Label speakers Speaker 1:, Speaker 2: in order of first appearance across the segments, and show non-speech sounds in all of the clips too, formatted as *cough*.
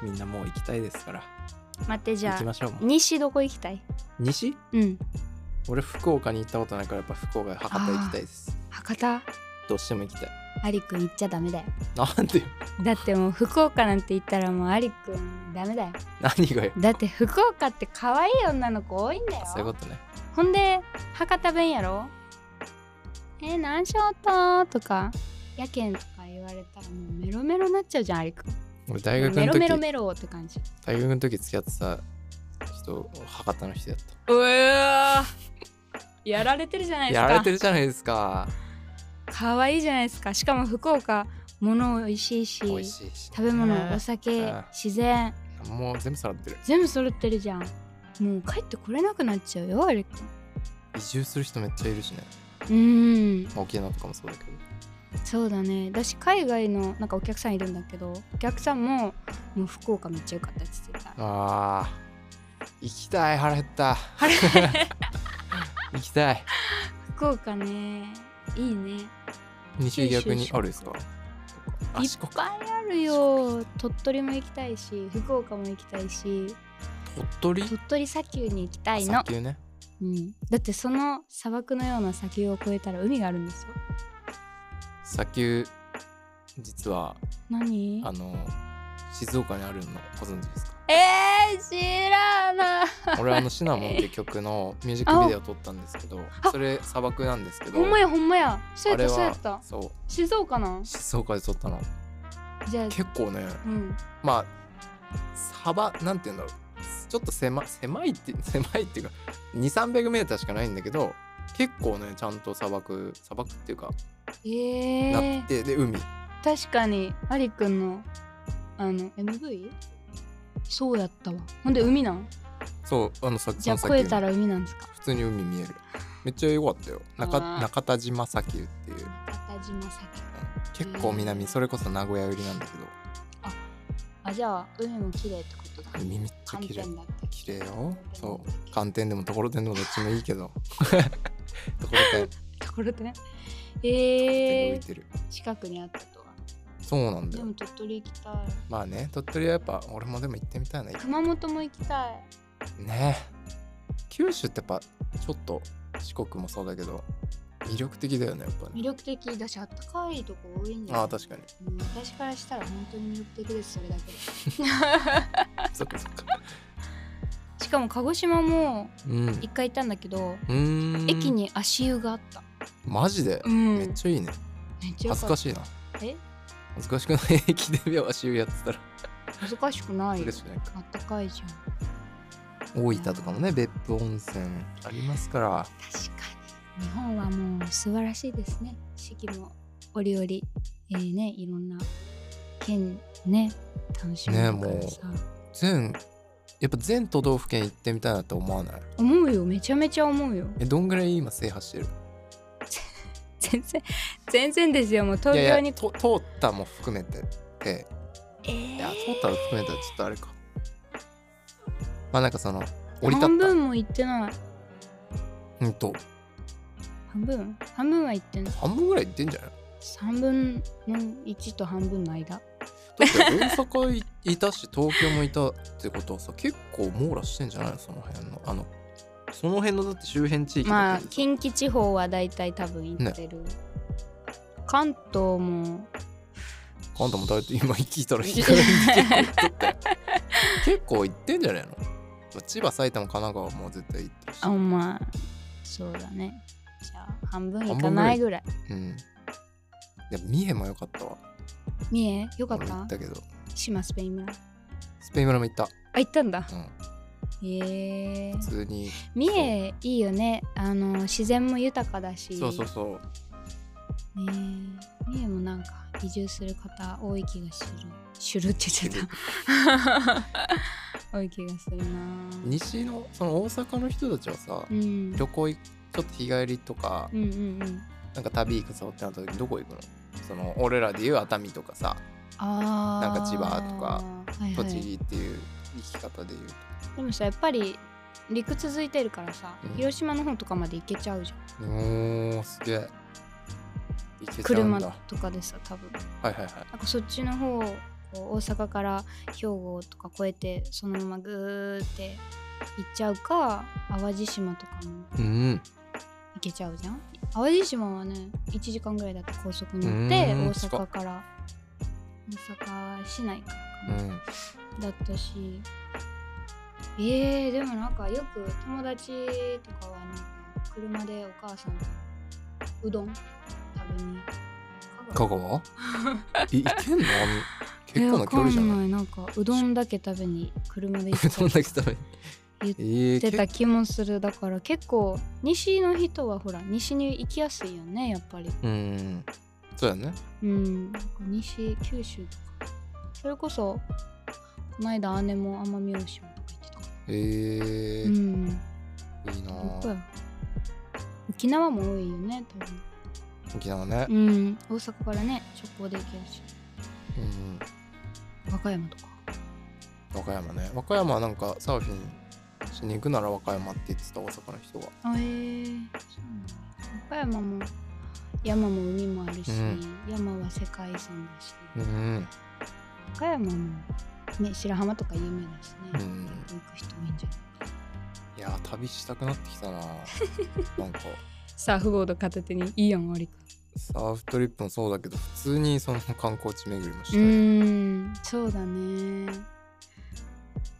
Speaker 1: みんなもう行きたいですから
Speaker 2: 待ってじ
Speaker 1: 行
Speaker 2: ゃ
Speaker 1: き
Speaker 2: あ
Speaker 1: ましょうもう
Speaker 2: 西どこ行きたい
Speaker 1: 西
Speaker 2: うん
Speaker 1: 俺福岡に行ったことないからやっぱ福岡博多行きたいです
Speaker 2: 博多
Speaker 1: どうしても行きたい
Speaker 2: アリくん行っちゃダメだよ
Speaker 1: なんでよ *laughs*
Speaker 2: だってもう福岡なんて言ったらもうアリくんダメだよ
Speaker 1: 何がよ
Speaker 2: だって福岡って可愛い女の子多いんだよ
Speaker 1: そういうことね
Speaker 2: ほんで博多弁やろえー、何しよっととかやけんとか言われたらもうメロメロになっちゃうじゃんアリくん
Speaker 1: 俺大学の
Speaker 2: メロ
Speaker 1: 時
Speaker 2: メロメロって感じ
Speaker 1: 大学の時付き合ってたちょっと博多の人やっ
Speaker 2: うわーやられてるじゃな
Speaker 1: た
Speaker 2: いです
Speaker 1: や
Speaker 2: から
Speaker 1: れてるじゃないですか
Speaker 2: 可愛いじゃないですかしかも福岡物美味しいし
Speaker 1: 美味しいし
Speaker 2: 食べ物お
Speaker 1: ね
Speaker 2: 酒
Speaker 1: うん
Speaker 2: 自然
Speaker 1: もう全部さらってる
Speaker 2: 全部揃ってるじゃんもう帰ってこれなくなっちゃうよあれ
Speaker 1: 移住する人めっちゃいるしね
Speaker 2: うん
Speaker 1: まあ沖縄とかもそうだけど
Speaker 2: そうだねだし海外のなんかお客さんいるんだけどお客さんももう福岡めっちゃ良かったって言ってた
Speaker 1: あー行きたい腹減った
Speaker 2: あれ
Speaker 1: *laughs* 行きたい
Speaker 2: 福岡ねいいね
Speaker 1: 西逆にあるですかあ
Speaker 2: いっ
Speaker 1: 四国
Speaker 2: ぱいあるよ鳥取も行きたいし福岡も行きたいし
Speaker 1: 鳥取
Speaker 2: 鳥取砂丘に行きたいの
Speaker 1: 砂、丘ね
Speaker 2: うん、だってその砂漠のような砂丘を越えたら海があるんですよ
Speaker 1: 砂丘実は
Speaker 2: 何
Speaker 1: あの静岡にあるのご存知ですか
Speaker 2: えー、知らない
Speaker 1: 俺あの「シナモン」っていう曲のミュージックビデオを撮ったんですけどそれ砂漠なんですけど
Speaker 2: ほんまやほんまやそう
Speaker 1: あれ
Speaker 2: やったそうやった
Speaker 1: はそ
Speaker 2: 静岡なん
Speaker 1: う静岡で撮ったの
Speaker 2: じゃあ
Speaker 1: 結構ね
Speaker 2: うん
Speaker 1: まあ幅なんて言うんだろうちょっと狭狭いって *laughs* 狭いっていうか2 3 0 0ーしかないんだけど結構ねちゃんと砂漠砂漠っていうか、
Speaker 2: え
Speaker 1: な
Speaker 2: ー
Speaker 1: っ、てで海
Speaker 2: 確かにアリくんのあの MV? そうやったわほんで海なん
Speaker 1: そうあのさ
Speaker 2: じゃあ
Speaker 1: その
Speaker 2: 越えた
Speaker 1: 砂丘
Speaker 2: ら海なんですか
Speaker 1: 普通に海見えるめっちゃ良かったよ中
Speaker 2: あー
Speaker 1: 中田島砂丘っていう、うん
Speaker 2: 中田島先
Speaker 1: 結構南それこそ名古屋寄りなんだけど
Speaker 2: あじゃあ海も綺麗ってことだ
Speaker 1: 海めっちゃ
Speaker 2: 寒
Speaker 1: 綺麗
Speaker 2: 天だって
Speaker 1: 綺麗よそう寒天でもところてんでもどっちもいい
Speaker 2: *laughs*
Speaker 1: けどところてん
Speaker 2: ところで
Speaker 1: 手
Speaker 2: え
Speaker 1: に浮い
Speaker 2: ー、
Speaker 1: てる
Speaker 2: 近くにあったとは
Speaker 1: そうなんだ
Speaker 2: で
Speaker 1: よ
Speaker 2: も鳥取行きたい
Speaker 1: まあね鳥取はやっぱ俺もでも行ってみたいな
Speaker 2: 熊本も行きたい
Speaker 1: ね九州ってやっぱちょっと四国もそうだけど魅力的だよねやっぱ
Speaker 2: 魅
Speaker 1: ね
Speaker 2: 力的だしあったかいとこ多いんだよ
Speaker 1: ああ確かに
Speaker 2: うん私からしたら本当に魅力的ですそれだけで
Speaker 1: そっかそっか
Speaker 2: しかも鹿児島も
Speaker 1: うんう
Speaker 2: 一回行ったんだけど、
Speaker 1: ーん
Speaker 2: 駅に足湯があった
Speaker 1: マジで、
Speaker 2: うん
Speaker 1: めっちゃいいね
Speaker 2: めっちゃ
Speaker 1: 恥ず
Speaker 2: よか
Speaker 1: か
Speaker 2: った
Speaker 1: しいな
Speaker 2: え
Speaker 1: 恥ずかしくない駅で足湯やってたら
Speaker 2: 恥ずかしくないよ
Speaker 1: 嬉しくないか
Speaker 2: あったかいじゃん確
Speaker 1: 大分とかもね別府温泉ありますから
Speaker 2: かに日本はもう素晴らしいですね四季も折々、えー、ねいろんな県ね楽しみだからさ、
Speaker 1: 全やっぱ全都道府県行ってみたいなと思わない
Speaker 2: 思うよめちゃめちゃ思うよ
Speaker 1: えどんぐらい今制覇してる
Speaker 2: 全然全然ですよもう東
Speaker 1: いや
Speaker 2: 京
Speaker 1: い
Speaker 2: に
Speaker 1: やと通ったも含めてていや、
Speaker 2: え
Speaker 1: 通ったら含めたらちょっとあれか。まあなんかその、降り
Speaker 2: ー、
Speaker 1: 立
Speaker 2: 半
Speaker 1: っ
Speaker 2: 分も行ってない
Speaker 1: た。うんと、
Speaker 2: 半分半分は行ってんの
Speaker 1: 半分ぐらい行ってんじゃない
Speaker 2: 3分の1と半分の間
Speaker 1: だって大阪いいたし、東京もいたってことはさ、結構網羅してんじゃないのその辺の。あの、その辺のだって周辺地域
Speaker 2: ま
Speaker 1: だ
Speaker 2: あ
Speaker 1: けどさ
Speaker 2: 近畿地方は大体多分行ってる、関東も
Speaker 1: 関東もだいぶ今聞いたら引いたら結構行っとったよ結構行ってんじゃないのまあ千葉、埼玉、神奈川はもう絶対行ってるし。
Speaker 2: あまあそうだねじゃあ半分いかないぐらい
Speaker 1: うん。いや、三重も良かったわ。
Speaker 2: 三重よかっ
Speaker 1: 俺行
Speaker 2: た
Speaker 1: ったけど。
Speaker 2: 島スペイン村
Speaker 1: スペイン村も行った。
Speaker 2: あ行ったんだ
Speaker 1: うん。
Speaker 2: へえ
Speaker 1: 普通に。
Speaker 2: 三重いいよねあの自然も豊かだし
Speaker 1: そうそうそう。
Speaker 2: ねえ三重もなんか移住する方多い気がする
Speaker 1: *laughs*
Speaker 2: するって言っちゃった多い気がするな
Speaker 1: 西のその大阪の人たちはさ、
Speaker 2: うん
Speaker 1: 旅行いちょっと日帰りとか、
Speaker 2: うんうんうん
Speaker 1: なんか旅行くぞってなった時どこ行くのその俺らでいう熱海とかさ
Speaker 2: あー
Speaker 1: なんか千葉とか
Speaker 2: はいはい
Speaker 1: 栃木っていう生き方でいう、
Speaker 2: でもさやっぱり陸続いてるからさ、
Speaker 1: うん
Speaker 2: 広島の方とかまで行けちゃうじゃん
Speaker 1: おーすげえ行けちゃうん
Speaker 2: 車
Speaker 1: だ
Speaker 2: とかでさ多分
Speaker 1: はいはいはい
Speaker 2: なんかそっちの方こう大阪から兵庫とか越えてそのままぐーって行っちゃうか淡路島とかも
Speaker 1: うん
Speaker 2: 行けちゃうじゃん淡路島はね1時間ぐらいだと高速乗って
Speaker 1: うーん
Speaker 2: 大阪から大阪市内からか
Speaker 1: う
Speaker 2: な、
Speaker 1: ん
Speaker 2: だったしえー、でもなんかよく友達とかはなんか車でお母さんとうどん食べに
Speaker 1: 香
Speaker 2: 香川 *laughs*
Speaker 1: 川いいけんのあの結構な距離じゃ
Speaker 2: え
Speaker 1: な
Speaker 2: わ
Speaker 1: い
Speaker 2: かんないなんかうどんだけ食べに車で行っ
Speaker 1: *laughs* うどんだけ食べ
Speaker 2: 言っ
Speaker 1: えー
Speaker 2: て
Speaker 1: け
Speaker 2: た気もするだから結構西の人はほら西に行きやすいよねやっぱり
Speaker 1: うんそうやね
Speaker 2: うんなんか西九州とかそれこそこの間姉も奄美大島とか行ってたか
Speaker 1: えー
Speaker 2: らうん
Speaker 1: いいな
Speaker 2: どこ
Speaker 1: ぁ
Speaker 2: や沖縄も多いよね多分
Speaker 1: 沖縄ね
Speaker 2: うん大阪からね直行で行けるし
Speaker 1: うん
Speaker 2: 和歌山とか
Speaker 1: 和歌山ね和歌山はなんかサーフィンしに行くなら和歌山って言ってた大阪の人が
Speaker 2: あへえそうなんだ和歌山も山も海もあるし、
Speaker 1: うん
Speaker 2: 山は世界遺産だし、
Speaker 1: うん
Speaker 2: 和歌山もね白浜とか有名だし
Speaker 1: う
Speaker 2: ね、
Speaker 1: ん
Speaker 2: 行く人多いんじゃない
Speaker 1: いやー旅したくなってきたな *laughs* ぁなんか
Speaker 2: サーフボード片手にいいやんありく
Speaker 1: サーフトリップもそうだけど普通にその観光地巡りもし
Speaker 2: う
Speaker 1: たい、
Speaker 2: ーんそうだね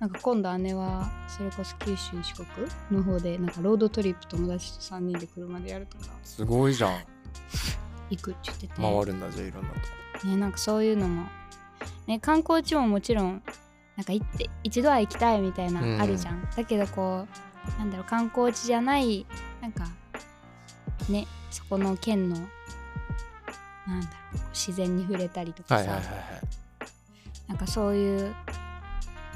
Speaker 2: なんか今度姉はそれこそ九州四国の方でなんかロードトリップ友達と3人で車でやるとか
Speaker 1: すごいじゃん
Speaker 2: 行くって言ってて
Speaker 1: 回るんだじゃあいろんなとこ
Speaker 2: ねなんかそういうのもね観光地ももちろんなんか行って一度は行きたいみたいな
Speaker 1: うん
Speaker 2: あるじゃん、だけどこうなんだろう観光地じゃないなんかねそこの県のなんだろうこう自然に触れたりとか
Speaker 1: は
Speaker 2: さ、
Speaker 1: いはいはい
Speaker 2: なんかそういう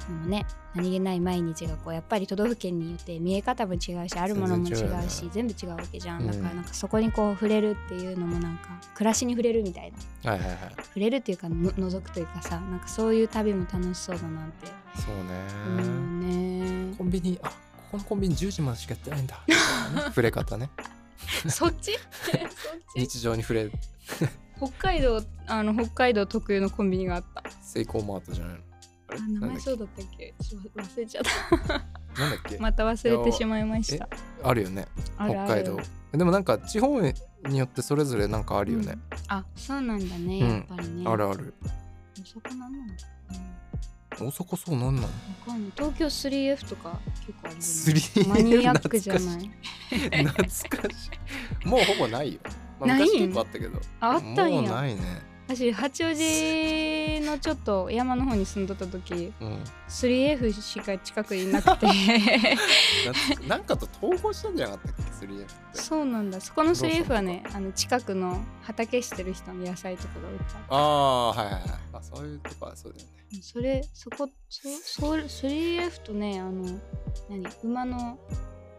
Speaker 2: のもね何気ない毎日がこうやっぱり都道府県によって見え方も違うしあるものも違う
Speaker 1: 全然違うよね
Speaker 2: し全部違うわけじゃん、
Speaker 1: うん
Speaker 2: だからなんかそこにこう触れるっていうのもなんか暮らしに触れるみたいな
Speaker 1: はいはいはいはい
Speaker 2: 触れるっていうかの覗くというかさなんかそういう旅も楽しそうだなって
Speaker 1: そうね、
Speaker 2: 思うね、
Speaker 1: コンビニあここのコンビニ10時までしかやってないん
Speaker 2: *laughs*
Speaker 1: だみたいなね触れ方ね
Speaker 2: そっち
Speaker 1: *laughs*
Speaker 2: そっち
Speaker 1: 日常に触れる
Speaker 2: 北海道あの北海道特有のコンビニがあった
Speaker 1: セイコーマートじゃないのあれ
Speaker 2: あ名
Speaker 1: なんだ
Speaker 2: 前
Speaker 1: っけ
Speaker 2: そうだったっけちょっと忘れちゃった
Speaker 1: なんだっけ、
Speaker 2: *laughs* また忘れてしまいました
Speaker 1: あるよね
Speaker 2: あるあ
Speaker 1: 北
Speaker 2: る
Speaker 1: 海道でもなんか地方によってそれぞれなんかあるよね、
Speaker 2: うんあそうなんだね
Speaker 1: うん
Speaker 2: やっぱりね、
Speaker 1: あるある
Speaker 2: そこなんなんだろうな
Speaker 1: 大阪そうなんなの
Speaker 2: わかんない東京 3F とか結構あるよね
Speaker 1: 3F
Speaker 2: マニアックじゃない
Speaker 1: 懐かしいもうほぼないよ、まあ、
Speaker 2: ない
Speaker 1: 昔結構あったけど
Speaker 2: ああったん
Speaker 1: もう
Speaker 2: や
Speaker 1: ないね
Speaker 2: 私八王子のちょっと山の方に住んどった時
Speaker 1: うん
Speaker 2: 3F しか近くにい
Speaker 1: *laughs*
Speaker 2: なくて
Speaker 1: 懐かなんかと統合したんじゃなかったっけ 3F って
Speaker 2: そうなんだそこの 3F はね
Speaker 1: ローソンと
Speaker 2: あの近くの畑してる人の野菜とかが売った
Speaker 1: ああはいはいはいあそういうとこはそうだよね
Speaker 2: それそこそそ 3F とねあの何馬の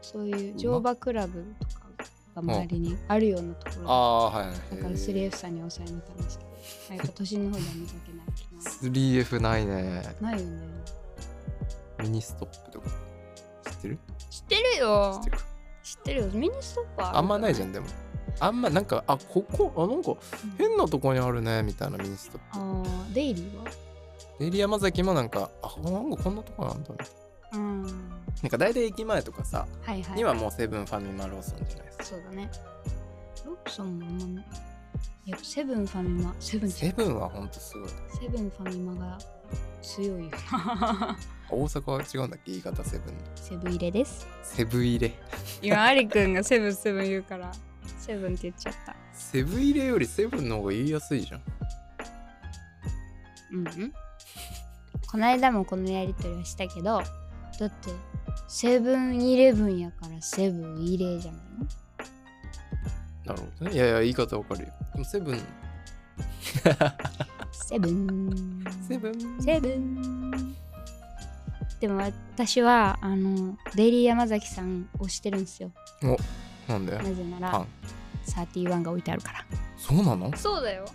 Speaker 2: そういう乗馬クラブとかが周りにあるようなとこ
Speaker 1: あ
Speaker 2: ろ
Speaker 1: あはいはい
Speaker 2: だから 3F さんにお世話になったんですけどやっぱ都心の方では見かけないけ
Speaker 1: 3F ないね
Speaker 2: どないよね
Speaker 1: ミニストップとか知ってる
Speaker 2: 知ってる
Speaker 1: 知
Speaker 2: よ
Speaker 1: ってるか
Speaker 2: 知ってるよミニストップは
Speaker 1: あんまないじゃ
Speaker 2: ん
Speaker 1: んでもあんまなんかあここあなんか変なとこにあるねみたいなミニストップ
Speaker 2: あーデイリーは
Speaker 1: エリアマザキもなんかあなんかこんなとこなんだみたいな
Speaker 2: うん
Speaker 1: なんか大体駅前とかさ
Speaker 2: はいはい
Speaker 1: にはもうセブンファミマローソンじゃないですか
Speaker 2: そうだねローソンもあんまいやセブンファミマセブン
Speaker 1: セブンはほんとすごい
Speaker 2: セブンファミマが強 *laughs* いよな
Speaker 1: 大阪は違うんだっけ言い方セブンの
Speaker 2: セブン入れです
Speaker 1: セブ入れ
Speaker 2: 今アリくんがセブンセブン言うからセブンって言っちゃった
Speaker 1: セブ入れよりセブンの方が言いやすいじゃん
Speaker 2: うんうんこの間もこのやりとりはしたけどだってセブンイレブンやからセブン入れじゃない
Speaker 1: な
Speaker 2: の
Speaker 1: るほどねいやいや言い方わかるよでもセブン
Speaker 2: セブン
Speaker 1: セブン
Speaker 2: セブンでも私はあのデイリー山崎さん推してるんですよ
Speaker 1: なんだよ
Speaker 2: なぜな
Speaker 1: パ
Speaker 2: ら
Speaker 1: ン
Speaker 2: 31が置いてあるから
Speaker 1: そうなの
Speaker 2: そう *laughs* だよ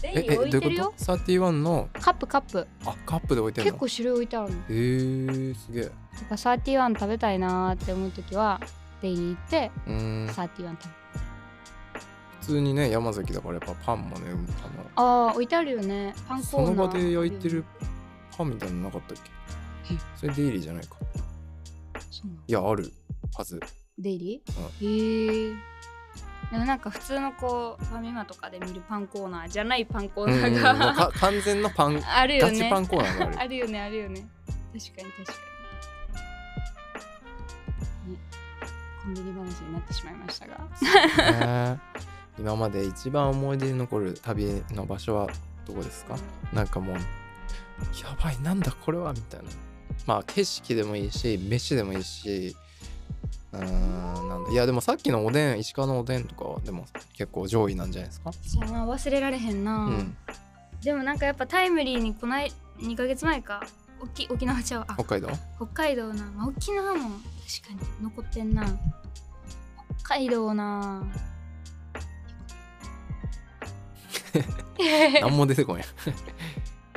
Speaker 2: デ
Speaker 1: え
Speaker 2: イ
Speaker 1: え
Speaker 2: リー
Speaker 1: どう
Speaker 2: 置
Speaker 1: い
Speaker 2: いてる
Speaker 1: う
Speaker 2: よ
Speaker 1: こと31の
Speaker 2: カップカップ
Speaker 1: あカップで置いてる
Speaker 2: 結
Speaker 1: の
Speaker 2: 構種類置いてあるの
Speaker 1: へえー、すげえ
Speaker 2: だから31食べたいなーって思う時はデイリー行って
Speaker 1: うーん
Speaker 2: 31食べる
Speaker 1: 普通にね山崎だからやっぱパンもねあ
Speaker 2: ああ置いてあるよねパン
Speaker 1: の
Speaker 2: コ
Speaker 1: そ
Speaker 2: ーナー
Speaker 1: の場で焼いてるパンみたいなのなかったっけ
Speaker 2: え
Speaker 1: それデイリーじゃないか
Speaker 2: そうなの
Speaker 1: いやあるはず
Speaker 2: デイリー、へえでもなんか普通のこうファミマとかで見るパンコーナーじゃないパンコー
Speaker 1: うんうん
Speaker 2: ナ
Speaker 1: うん
Speaker 2: ー
Speaker 1: もう
Speaker 2: が、
Speaker 1: か完全のパン
Speaker 2: *laughs* あるよ
Speaker 1: ガチ
Speaker 2: ね
Speaker 1: パンコーナーがある
Speaker 2: あるよねあるよね確かに確かにねコンビニ話になってしまいました
Speaker 1: *laughs*
Speaker 2: が
Speaker 1: ね今まで一番思い出に残る旅の場所はどこですかなんかもうやばいなんだこれはみたいなまあ景色でもいいし飯でもいいしうーんなんだいやでもさっきのおでん石川のおでんとかはでも結構上位なんじゃないですか
Speaker 2: そうな忘れられへんな、
Speaker 1: うん
Speaker 2: でもなんかやっぱタイムリーにこない2ヶ月前か沖沖縄ちゃうわあ
Speaker 1: 北海道
Speaker 2: 北海道な、まあ、沖縄も確かに残ってんな北海道な
Speaker 1: 何も出てこない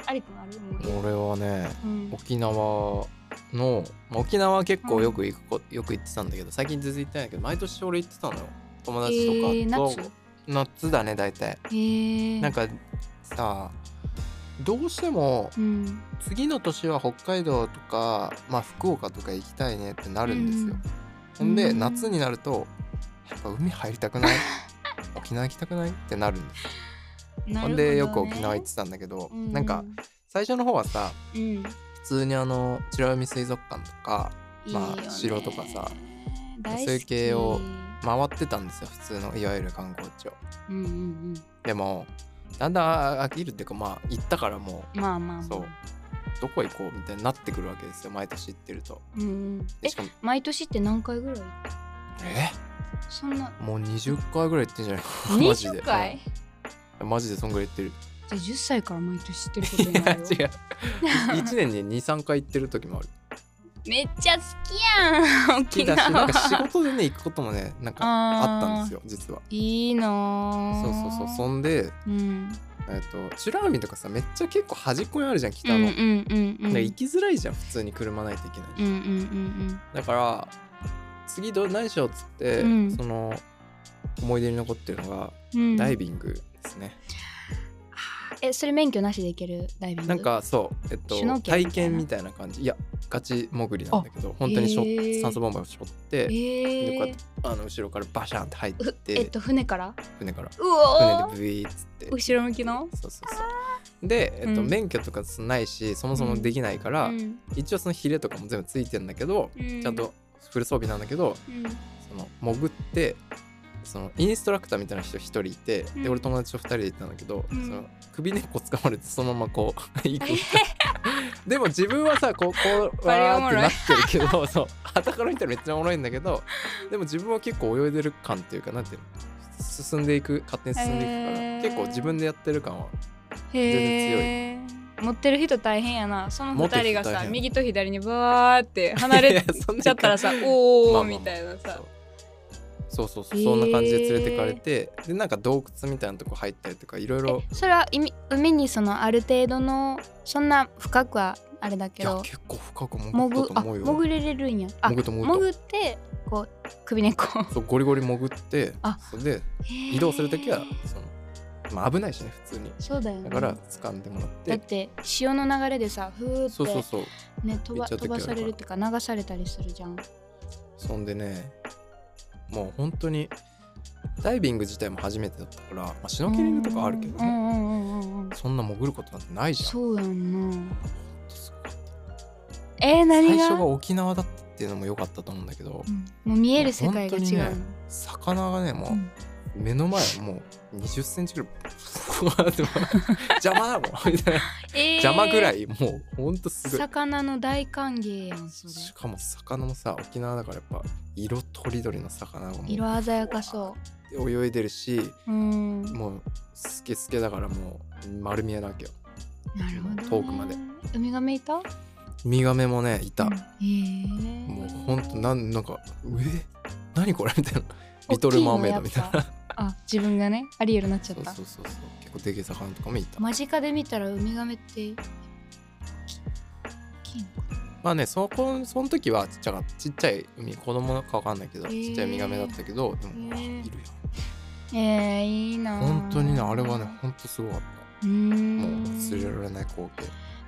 Speaker 2: ありくんあるもう、
Speaker 1: 俺はね
Speaker 2: うん、
Speaker 1: 沖縄の、まあ沖縄は結構よく行くこ、よく行ってたんだけど最近全然行ってないけど毎年俺行ってたのよ友達とかと、
Speaker 2: えー夏
Speaker 1: 夏だね大体
Speaker 2: えー、
Speaker 1: なんかさどうしても
Speaker 2: うん
Speaker 1: 次の年は北海道とか、まあ、福岡とか行きたいねってな
Speaker 2: あ
Speaker 1: るんですよ、ほ
Speaker 2: うん
Speaker 1: んで
Speaker 2: うん
Speaker 1: 夏になるとやっぱ海入りたくない *laughs* 沖縄行きたくないってなるんです
Speaker 2: な
Speaker 1: ほ
Speaker 2: る
Speaker 1: ん
Speaker 2: ほど
Speaker 1: で
Speaker 2: ね
Speaker 1: よく沖縄行ってたんだけど、
Speaker 2: う
Speaker 1: なんか最初の方はさ
Speaker 2: うんいいよね
Speaker 1: 普通にあの美ら海水族館とかまあ城とかさ
Speaker 2: 大好き
Speaker 1: そういう系を回ってたんですよ普通のいわゆる観光地を
Speaker 2: うんうんうん
Speaker 1: でもだんだん飽きるっていうかまあ行ったからも
Speaker 2: まあまあ、まあ、
Speaker 1: そううどこ行こうみたいになってくるわけですよ毎年行ってると
Speaker 2: うんうん、
Speaker 1: で
Speaker 2: え
Speaker 1: しかも
Speaker 2: 毎年って何回ぐらい
Speaker 1: え
Speaker 2: そんな
Speaker 1: もう20回ぐらい行ってん
Speaker 2: *laughs*
Speaker 1: じゃないか *laughs* マジで
Speaker 2: 20回
Speaker 1: うんマジでそんぐらい行ってる
Speaker 2: じゃあ10歳から毎年知ってるこ
Speaker 1: い
Speaker 2: とにな
Speaker 1: や
Speaker 2: るよ
Speaker 1: 違う1年に23回行ってる時
Speaker 2: *laughs*
Speaker 1: もある
Speaker 2: めっちゃ好きやん沖
Speaker 1: だしなん
Speaker 2: 縄
Speaker 1: か仕事でね行くこともねなんかあったんです
Speaker 2: よ
Speaker 1: よ実はい
Speaker 2: いな
Speaker 1: そうそうそうそ
Speaker 2: うん
Speaker 1: で
Speaker 2: うん
Speaker 1: えっと美ら海とかさめっちゃ結構端っこにあるじゃん
Speaker 2: う
Speaker 1: 北
Speaker 2: ん
Speaker 1: の、
Speaker 2: う
Speaker 1: だか
Speaker 2: んうんうんうんうん
Speaker 1: ら行きづらいじゃん普通に車ないといけない、
Speaker 2: うん
Speaker 1: だから次どう何しようっつって、
Speaker 2: うん
Speaker 1: その思い出に残ってるのが
Speaker 2: うん
Speaker 1: ダイビングですね、
Speaker 2: えそれ免許なしで行けるダイビング
Speaker 1: なんかそうえっと
Speaker 2: シュノーケル
Speaker 1: 体
Speaker 2: みたいな
Speaker 1: 験みたいな感じいやガチ潜りなんだけど本当にしょ、
Speaker 2: へー
Speaker 1: 酸素ボンベをしょって、
Speaker 2: え
Speaker 1: でこうや
Speaker 2: ー
Speaker 1: っ、てあの後ろからバシャンって入っ
Speaker 2: う
Speaker 1: て、
Speaker 2: えっと船から
Speaker 1: 船から
Speaker 2: うお
Speaker 1: 船でブイーっつって
Speaker 2: ー後ろ向きの
Speaker 1: そうそうそうで、えっと
Speaker 2: うん
Speaker 1: 免許とかないしそもそもできないから、
Speaker 2: うん
Speaker 1: 一応そのヒレとかも全部ついてんだけど、
Speaker 2: うん
Speaker 1: ちゃんとフル装備なんだけど
Speaker 2: うん
Speaker 1: その潜ってそのインストラクターみたいな人一人いて、
Speaker 2: うん
Speaker 1: で俺友達と二人で行ったんだけど、
Speaker 2: うん
Speaker 1: その首根っこ掴まれてそのままこ
Speaker 2: *laughs*
Speaker 1: う行くでも自分はさこうこう
Speaker 2: バリ
Speaker 1: わー
Speaker 2: お
Speaker 1: っ
Speaker 2: も
Speaker 1: て
Speaker 2: ろい
Speaker 1: なってるけど *laughs* そう傍から見たらめっちゃおもろいんだけどでも自分は結構泳いでる感っていうかなんていうの進んでいく勝手に進んでいくから、
Speaker 2: へー
Speaker 1: 結構自分でやってる感は
Speaker 2: へえ持ってる人大変やなその
Speaker 1: 持って
Speaker 2: 2
Speaker 1: る
Speaker 2: 人
Speaker 1: 人
Speaker 2: が
Speaker 1: 大
Speaker 2: さ
Speaker 1: 変
Speaker 2: 右と左にバーって離れ
Speaker 1: *laughs* いやそんな
Speaker 2: ちゃったらさお
Speaker 1: まあまあ
Speaker 2: お
Speaker 1: まあ
Speaker 2: みたいなさ
Speaker 1: そうそうそうそう、
Speaker 2: へー
Speaker 1: そんな感じで連れてかれてでなんか洞窟みたいなとこ入ったりとかいろいろ
Speaker 2: それは海海にそのある程度のそんな深くはあれだ
Speaker 1: い
Speaker 2: け
Speaker 1: や
Speaker 2: ど
Speaker 1: 結構深く潜
Speaker 2: 潜
Speaker 1: ったと
Speaker 2: あ
Speaker 1: 思うよ
Speaker 2: 潜れれるんやあ
Speaker 1: 潜った潜った
Speaker 2: 潜ってこう首根っこ
Speaker 1: そうゴリゴリ潜って
Speaker 2: あ
Speaker 1: それで *laughs* 移動するとき
Speaker 2: へ
Speaker 1: は
Speaker 2: え
Speaker 1: その、まあ、危ないしね普通に
Speaker 2: そうだよね
Speaker 1: だから掴んでもらっ
Speaker 2: だってて潮の流れでさふーって
Speaker 1: そうそうそう
Speaker 2: ね、飛
Speaker 1: 行
Speaker 2: ば
Speaker 1: っちゃ
Speaker 2: 飛
Speaker 1: う時あ
Speaker 2: ば
Speaker 1: るか
Speaker 2: さ
Speaker 1: ら
Speaker 2: れるっていうか流されたりするじゃん
Speaker 1: そんでねもう本当にダイビング自体も初めてだったから、まあ、シュノーケリングとかあるけど
Speaker 2: う
Speaker 1: ね
Speaker 2: んうんうんうんうんうん
Speaker 1: そんな潜ることなんてないじゃん
Speaker 2: そうやんな
Speaker 1: す
Speaker 2: えー、
Speaker 1: ごい
Speaker 2: 何
Speaker 1: 最
Speaker 2: が
Speaker 1: 初が沖縄だったっていうのも良かったと思うんだけど
Speaker 2: うんもう見える世界が違うの、
Speaker 1: 魚がねも
Speaker 2: うん
Speaker 1: う目の前もう2 0センチぐらいブワ
Speaker 2: *laughs*
Speaker 1: ーって邪魔だもんみたいな
Speaker 2: えー
Speaker 1: 邪魔ぐらいもうほんとすごい
Speaker 2: 魚の大歓迎やんそれ
Speaker 1: しかも魚もさ沖縄だからやっぱ色とりどりの魚がもう
Speaker 2: 色鮮やかそ
Speaker 1: 泳いでるし
Speaker 2: ううんなる
Speaker 1: もうスケスケだからもう丸見えなわけよ
Speaker 2: ほど、ね、
Speaker 1: 遠くまで
Speaker 2: ウミガメいたい
Speaker 1: ウミガメもねいた、
Speaker 2: えー、
Speaker 1: もうほんとなんなんか「え何これ?」みたいな「リトル・マーメイド」みたい
Speaker 2: 大
Speaker 1: な
Speaker 2: あ自分がねありえるようになっちゃ
Speaker 1: そ
Speaker 2: っ
Speaker 1: う
Speaker 2: た
Speaker 1: そうそうそう結構でけえ魚とかもいたま
Speaker 2: 間近で見たらウミガメってき大きいのか
Speaker 1: あねそこその時はちっちゃかったちっちゃい海子供のかわかんないけど、
Speaker 2: へえ
Speaker 1: ちっちゃいウミガメだったけどでも、
Speaker 2: へ
Speaker 1: あい
Speaker 2: え
Speaker 1: るやん
Speaker 2: えー、いいなあ
Speaker 1: 本当にねあれはね本当すごかった
Speaker 2: うー
Speaker 1: もうん忘れられない光景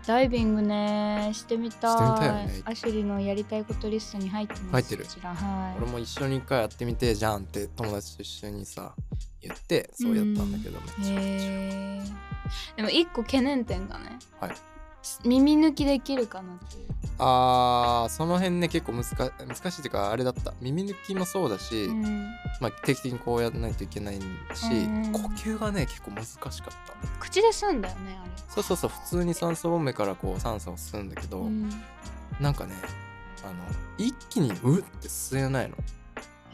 Speaker 2: ダイビングねしてみたい
Speaker 1: してみたいよね
Speaker 2: アシュリーのやりたいことリストに入ってます
Speaker 1: 入ってる
Speaker 2: こちらはい
Speaker 1: 俺も一緒に一回やってみてえじゃんって友達と一緒にさ言ってそうやったんだけどめっちゃ面白い
Speaker 2: へーでも一個懸念点がね、
Speaker 1: はい
Speaker 2: 耳抜きできるかなっていう
Speaker 1: あーその辺ね結構難か難しいっていうかあれだった耳抜きもそうだし、
Speaker 2: うん
Speaker 1: まあ、定期的にこうやらないといけないし、
Speaker 2: うんうん
Speaker 1: 呼吸がね結構難しかった
Speaker 2: 口で吸うんだよねあれ
Speaker 1: そうそうそう普通に酸素ボンベからこう酸素を吸うんだけど、
Speaker 2: うん
Speaker 1: なんかねあの一気にうって吸えないの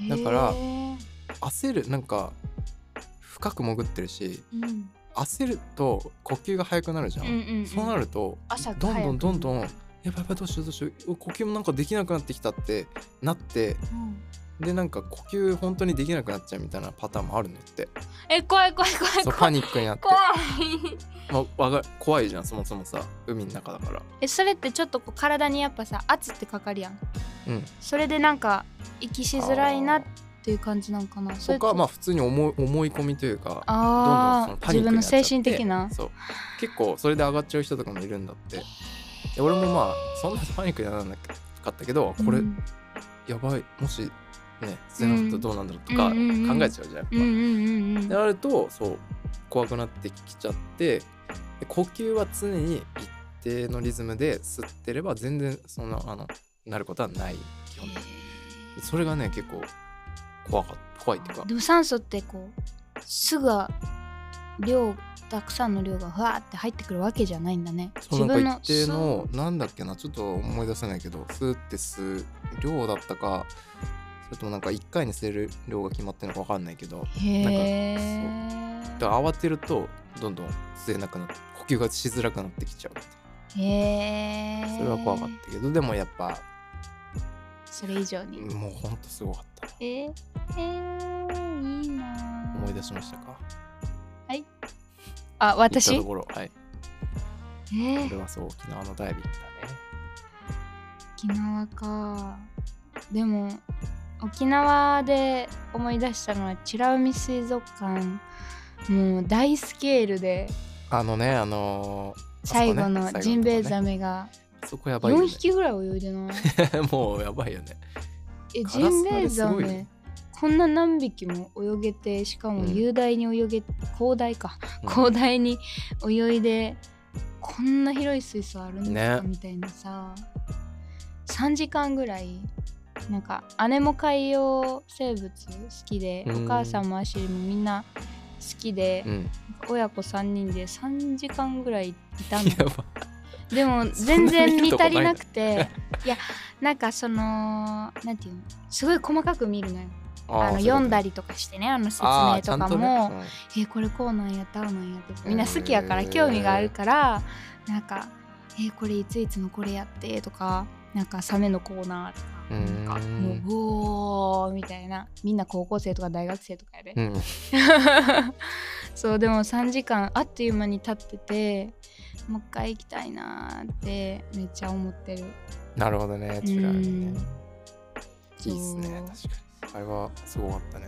Speaker 1: だから
Speaker 2: へー
Speaker 1: 焦るなんか深く潜ってるし
Speaker 2: うん
Speaker 1: 焦ると呼吸が速くなるじゃん、
Speaker 2: うんうんうん
Speaker 1: そうなると
Speaker 2: 朝
Speaker 1: どんどんどんどん
Speaker 2: 早
Speaker 1: やばいやばいどうしようどうしよう呼吸もなんかできなくなってきたってなって
Speaker 2: うん
Speaker 1: でなんか呼吸本当にできなくなっちゃうみたいなパターンもあるのって
Speaker 2: え *laughs* 怖い怖い怖い
Speaker 1: そう
Speaker 2: 怖
Speaker 1: パ
Speaker 2: い
Speaker 1: ニックになって
Speaker 2: 怖い
Speaker 1: まあ、わが怖いじゃんそもそもさ海の中だから
Speaker 2: *laughs* えそれってちょっとこう体にやっぱさ圧ってかかるやん
Speaker 1: うん
Speaker 2: それでなんか息しづらいなっていう感じなんかなそれ
Speaker 1: と
Speaker 2: と
Speaker 1: かまあ普通に思い思い込みというかどんどん
Speaker 2: あ
Speaker 1: そ
Speaker 2: ー
Speaker 1: のパニック
Speaker 2: 自分
Speaker 1: にな
Speaker 2: の
Speaker 1: っちゃって
Speaker 2: 精神的な
Speaker 1: そう結構それで上がっちゃう人とかもいるんだってで俺もまあそんなパニックにはならなかったけどこれ、
Speaker 2: うん
Speaker 1: やばいもしね吸えなかったらどうなんだろうとか
Speaker 2: うんうんうんうん
Speaker 1: 考えちゃうじゃんやっぱ、
Speaker 2: うんうんうんうん
Speaker 1: であるとそう怖くなってきちゃってで呼吸は常に一定のリズムで吸ってれば全然そんなあのなることはない基本的にそれがね結構怖かった怖いっていうか
Speaker 2: でも酸素ってこうすぐ量たくさんの量がふわーって入ってくるわけじゃないんだね
Speaker 1: そ
Speaker 2: 自
Speaker 1: うな
Speaker 2: 分
Speaker 1: んか
Speaker 2: の
Speaker 1: 一定のなんだっけなちょっと思い出せないけど吸って吸う量だったかそれともなんか1回に吸える量が決まってるのか分かんないけど
Speaker 2: そうへえ
Speaker 1: だから慌てるとどんどん吸えなくなって呼吸がしづらくなってきちゃう
Speaker 2: へー
Speaker 1: それは怖かったけどでもやっぱ
Speaker 2: それ以上に、
Speaker 1: もうほんとすごかったな
Speaker 2: えー、えー、いいな
Speaker 1: 思い出しましたか
Speaker 2: あ私
Speaker 1: 行っ
Speaker 2: え
Speaker 1: たところはいこれ
Speaker 2: ー、
Speaker 1: はそう沖縄のダイビングだね
Speaker 2: 沖縄かでも沖縄で思い出したのは美ら海水族館もう大スケールで
Speaker 1: あのねあのーあそこね
Speaker 2: 最後
Speaker 1: 最
Speaker 2: の
Speaker 1: 後のとこね
Speaker 2: ジンベエザメが
Speaker 1: そこやばいよ
Speaker 2: 4
Speaker 1: ね
Speaker 2: 匹ぐらい泳い
Speaker 1: *laughs*
Speaker 2: でない
Speaker 1: もうやばいよね
Speaker 2: え
Speaker 1: カ
Speaker 2: ジ
Speaker 1: ラス
Speaker 2: ン
Speaker 1: のあ
Speaker 2: ベエ
Speaker 1: れす
Speaker 2: ザ
Speaker 1: ごいね
Speaker 2: メこんな何匹も泳げてしかも
Speaker 1: うん
Speaker 2: 雄大に泳げ、広大か
Speaker 1: うん
Speaker 2: 広大に泳いでこんな広い水槽あるんです
Speaker 1: ね
Speaker 2: か、みたいなさ3時間ぐらいなんか姉も海洋生物好きで
Speaker 1: うん
Speaker 2: お母さんもアシリもみんな好きで
Speaker 1: う、ん
Speaker 2: 親子3人で3時間ぐらいいたの
Speaker 1: やば
Speaker 2: でも
Speaker 1: そん
Speaker 2: 全
Speaker 1: な
Speaker 2: 然
Speaker 1: 見
Speaker 2: 見
Speaker 1: るとこ
Speaker 2: 足
Speaker 1: ない
Speaker 2: りなくていやなんかそのなんていうのすごい細かく見るのよあの読んだ
Speaker 1: り
Speaker 2: りとかしてねあの説明とかも、
Speaker 1: ね
Speaker 2: えこれこうなんやったうなんやってみんな好きやから興味があるからなんかえこれいついつのこれやってとかなんかサメのコーナーとか
Speaker 1: う。ん
Speaker 2: なんかもうおーみたいなみんな高校生とか大学生とかやで、
Speaker 1: うん、うん、
Speaker 2: *laughs* そうでも3時間あっという間に経っててもう一回行きたいなーってめっちゃ思ってる
Speaker 1: なるほどね違う
Speaker 2: うん
Speaker 1: ねいいっすね
Speaker 2: そ
Speaker 1: 確
Speaker 2: う
Speaker 1: かにあれはすごかったね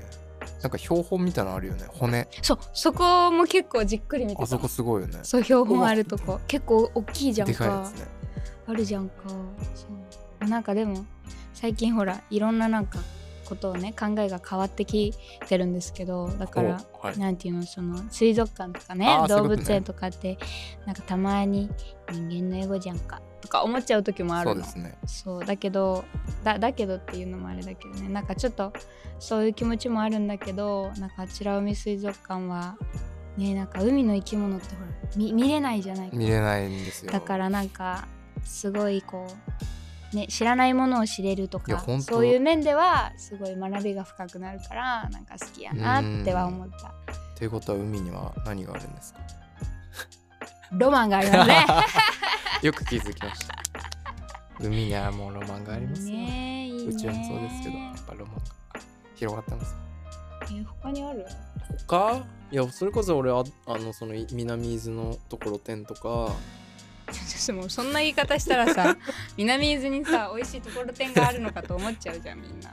Speaker 1: なんか標本みたいなのあるよね骨
Speaker 2: そうそこも結構じっくり見て
Speaker 1: あ
Speaker 2: た
Speaker 1: そこすごいよね
Speaker 2: そう標本あるとこ結構大きいじゃん
Speaker 1: でかいやつね
Speaker 2: あるじゃんかそうなんかでも最近ほらいろんななんかことをね考えが変わってきてるんですけどだから
Speaker 1: おはい
Speaker 2: なんていうのその水族館とかね
Speaker 1: あーそういうこ
Speaker 2: 動
Speaker 1: とね
Speaker 2: 物園とかってなんかたまに人間のエゴじゃんかとか思っちゃう時もあ
Speaker 1: そう
Speaker 2: るの
Speaker 1: ですね
Speaker 2: そうだけどだだけどっていうのもあれだけどねなんかちょっとそういう気持ちもあるんだけどなんかあちら海水族館はねなんか海の生き物ってほら見見れないじゃないか
Speaker 1: 見れないんですよ
Speaker 2: だからなんかすごいこう、ね、知らないものを知れると
Speaker 1: いや
Speaker 2: か
Speaker 1: 本当
Speaker 2: そういう面ではすごい学びが深くなるからなんか好きやなっては思った
Speaker 1: ということは海には何があるん *laughs* ですか
Speaker 2: ロマンがありますね
Speaker 1: よく気づきました海にはもうロマン *laughs* がありますよ、
Speaker 2: ねえいい
Speaker 1: う
Speaker 2: ね
Speaker 1: ちはそうですけどやっぱロマンが広がってます
Speaker 2: え他にある
Speaker 1: 他いやそれこそ俺はあのそのい南伊豆のところてんとか
Speaker 2: ちょっともうそんな言い方した
Speaker 1: *laughs*
Speaker 2: らさ南伊豆にさ美味しいところてんがあるのかと思っちゃうじゃんみんな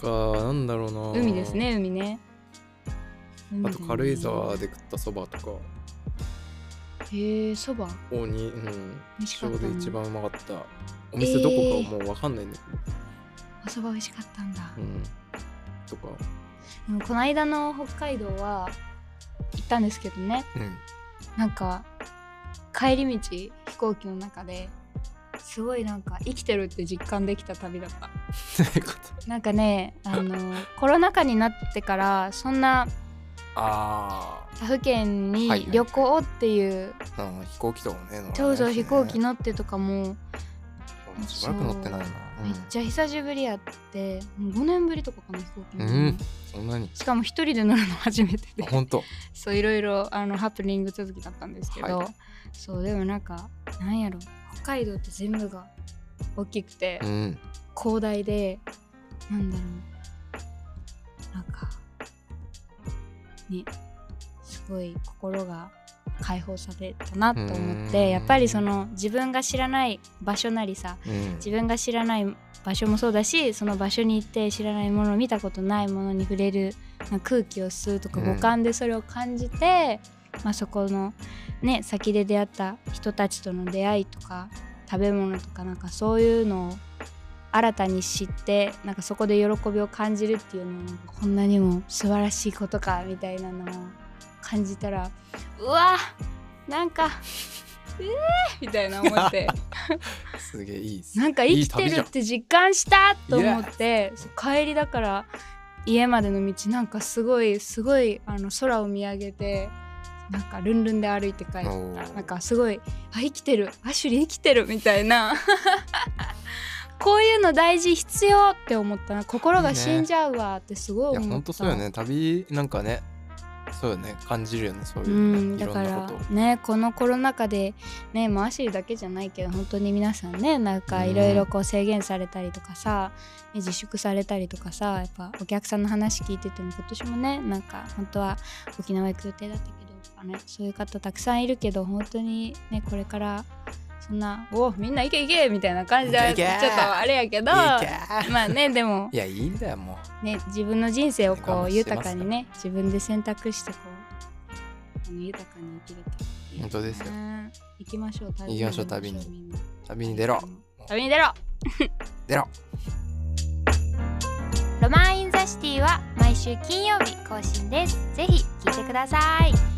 Speaker 1: 他なんだろうな
Speaker 2: 海ですね海ね海
Speaker 1: あ
Speaker 2: だね
Speaker 1: と軽井沢で食ったそばとか
Speaker 2: へえそば
Speaker 1: 大にうん
Speaker 2: 美味し
Speaker 1: 一
Speaker 2: かった
Speaker 1: 生
Speaker 2: の
Speaker 1: で一番うまかったお店どこかはもうわかんないんだけど、
Speaker 2: あそば美味しかったんだ、
Speaker 1: うんとか
Speaker 2: でもこの間の北海道は行ったんですけどね
Speaker 1: うん
Speaker 2: なんか帰り道飛行機の中ですごいなんか生きてるって実感できた旅だった
Speaker 1: そういうこと
Speaker 2: なんかねあの
Speaker 1: *laughs*
Speaker 2: コロナ禍になってからそんな
Speaker 1: あ
Speaker 2: 他府県
Speaker 1: はいはい
Speaker 2: に
Speaker 1: はい
Speaker 2: 旅行っていう
Speaker 1: あ、うん、飛行機とかもね乗らないしね
Speaker 2: そうそう飛行機乗ってとかも
Speaker 1: 俺もしばらく乗ってないな、うん
Speaker 2: めっちゃ久しぶりやってもう5年ぶりとかかな飛行機乗るの
Speaker 1: うんそんなに
Speaker 2: しかも一人で乗るの初めてで
Speaker 1: あ本当
Speaker 2: そういろいろあのハプニング続きだったんですけど、
Speaker 1: は
Speaker 2: そうでもなんかなんやろ北海道って全部が大きくて、
Speaker 1: うん
Speaker 2: 広大でなんだろうなんかねすごい心が解放されたなと思っ
Speaker 1: うーん
Speaker 2: てやっぱりその自分が知らない場所なりさ
Speaker 1: うん
Speaker 2: 自分が知らない場所もそうだしその場所に行って知らないもの見たことないものに触れるまあ空気を吸うとか
Speaker 1: うん
Speaker 2: 五感でそれを感じて、まあ、そこの、ね、先で出会った人たちとの出会いとか食べ物とかなんかそういうのを新たに知ってなんかそこで喜びを感じるっていうのもこんなにも素晴らしいことかみたいなのを感じたらうわなんかえー、みたいな思
Speaker 1: *laughs*
Speaker 2: って。
Speaker 1: すげえいいっす
Speaker 2: なんか生きてるって実感したと思ってそう帰りだから家までの道なんかすごいすごいあの空を見上げてなんかルンルンで歩いて帰った
Speaker 1: おー
Speaker 2: なんかすごいあ生きてるアシュリー生きてるみたいな *laughs* こういうの大事必要って思ったな心が死んじゃうわってすごい
Speaker 1: い
Speaker 2: 思
Speaker 1: や
Speaker 2: った
Speaker 1: 本当そうよね旅なんかねそうよね感じるよねそういううのね、
Speaker 2: ん、
Speaker 1: い
Speaker 2: だ
Speaker 1: ろ
Speaker 2: か
Speaker 1: んな
Speaker 2: ら
Speaker 1: ことを
Speaker 2: ねこのコロナ禍でねまあアシリだけじゃないけど本当に皆さんねなんか
Speaker 1: うん
Speaker 2: いろいろこう制限されたりとかさ、ね自粛されたりとかさやっぱお客さんの話聞いてても今年もねなんか本当は沖縄行く予定だったけどとかねそういう方たくさんいるけど本当にねこれからそんな「おおみんな行け行け!」みたいな感じで
Speaker 1: 行
Speaker 2: ち
Speaker 1: け
Speaker 2: ょ
Speaker 1: 行
Speaker 2: っ
Speaker 1: け
Speaker 2: とあれやけど
Speaker 1: いいか
Speaker 2: まあねでも
Speaker 1: いやいいんだよも
Speaker 2: ね、自分の人生をこ
Speaker 1: 我慢
Speaker 2: う
Speaker 1: して
Speaker 2: 豊
Speaker 1: ます
Speaker 2: かにね自分で選択してこうあの豊かに生きれたらいいな
Speaker 1: 本当ですよ
Speaker 2: 行きましょう旅
Speaker 1: 行きましょう旅に
Speaker 2: 行きましょうみ
Speaker 1: う旅
Speaker 2: んな
Speaker 1: に出ろ
Speaker 2: 旅に出ろ
Speaker 1: 出ろ
Speaker 2: ロマンインザシティは毎週金曜日更新ですぜひ聞いてください